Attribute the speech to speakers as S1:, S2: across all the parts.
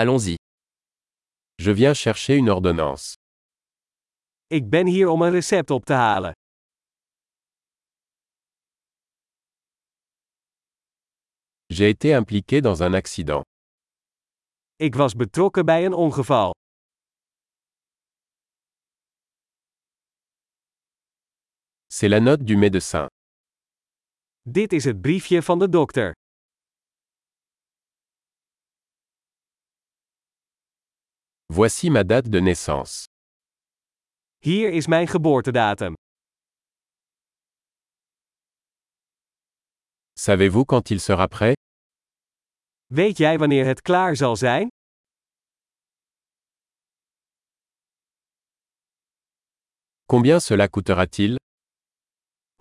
S1: Allons-y. Je viens chercher une ordonnance.
S2: Ik ben hier om een recept op te halen.
S1: J'ai été impliqué dans un accident.
S2: Ik was betrokken bij een ongeval.
S1: C'est la note du médecin.
S2: Dit is het briefje van de dokter.
S1: Voici ma date de naissance.
S2: Hier is mijn geboortedatum.
S1: Savez-vous quand il sera prêt
S2: Weet jij wanneer het klaar zal zijn?
S1: Combien cela coûtera-t-il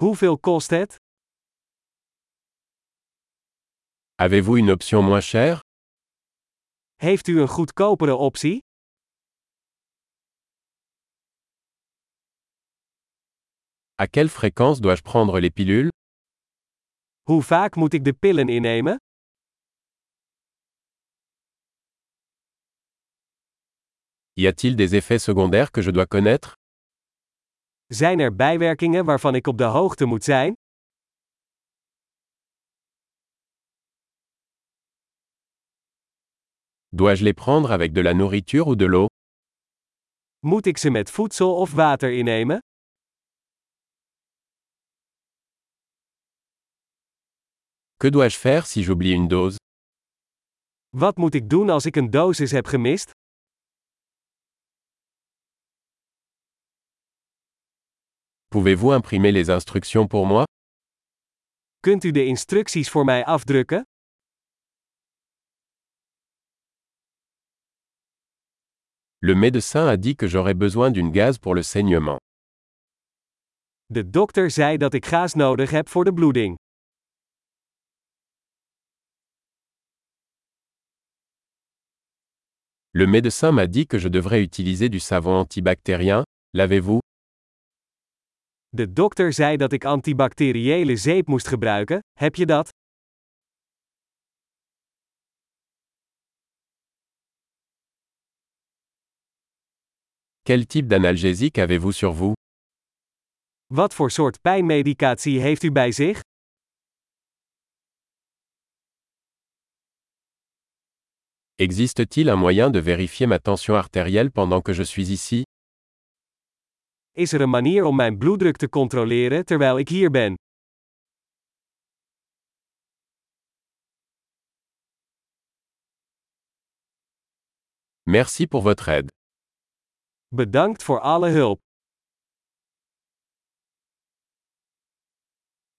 S2: Hoeveel kost het?
S1: Avez-vous une option moins chère
S2: Heeft u een goedkopere optie?
S1: À quelle fréquence dois-je prendre les pilules
S2: Hoe vaak moet ik de pillen innemen?
S1: Y a-t-il des effets secondaires que je dois connaître
S2: Zijn er bijwerkingen waarvan ik op de hoogte moet zijn?
S1: Dois-je les prendre avec de la nourriture ou de l'eau
S2: Moet ik ze met voedsel of water innemen?
S1: Que dois-je faire si j'oublie une dose
S2: Wat moet ik doen als ik een dosis heb gemist?
S1: Pouvez-vous imprimer les instructions pour moi
S2: Kunt u de instructies voor mij afdrukken?
S1: Le médecin a dit que j'aurais besoin d'une gaz pour le saignement.
S2: De dokter zei dat ik gaas nodig heb voor de bloeding.
S1: Le médecin m'a dit que je devrais utiliser du savon antibactérien. L'avez-vous
S2: De dokter zei dat ik antibacteriële zeep moest gebruiken, heb je dat?
S1: Quel type d'analgésique avez-vous sur vous
S2: Wat voor soort pijnmedicatie heeft u bij zich?
S1: Existe-t-il un moyen de vérifier ma tension artérielle pendant que je suis ici
S2: Is er een manier om mijn bloeddruk te controleren terwijl ik hier ben?
S1: Merci pour votre aide.
S2: Bedankt voor alle hulp.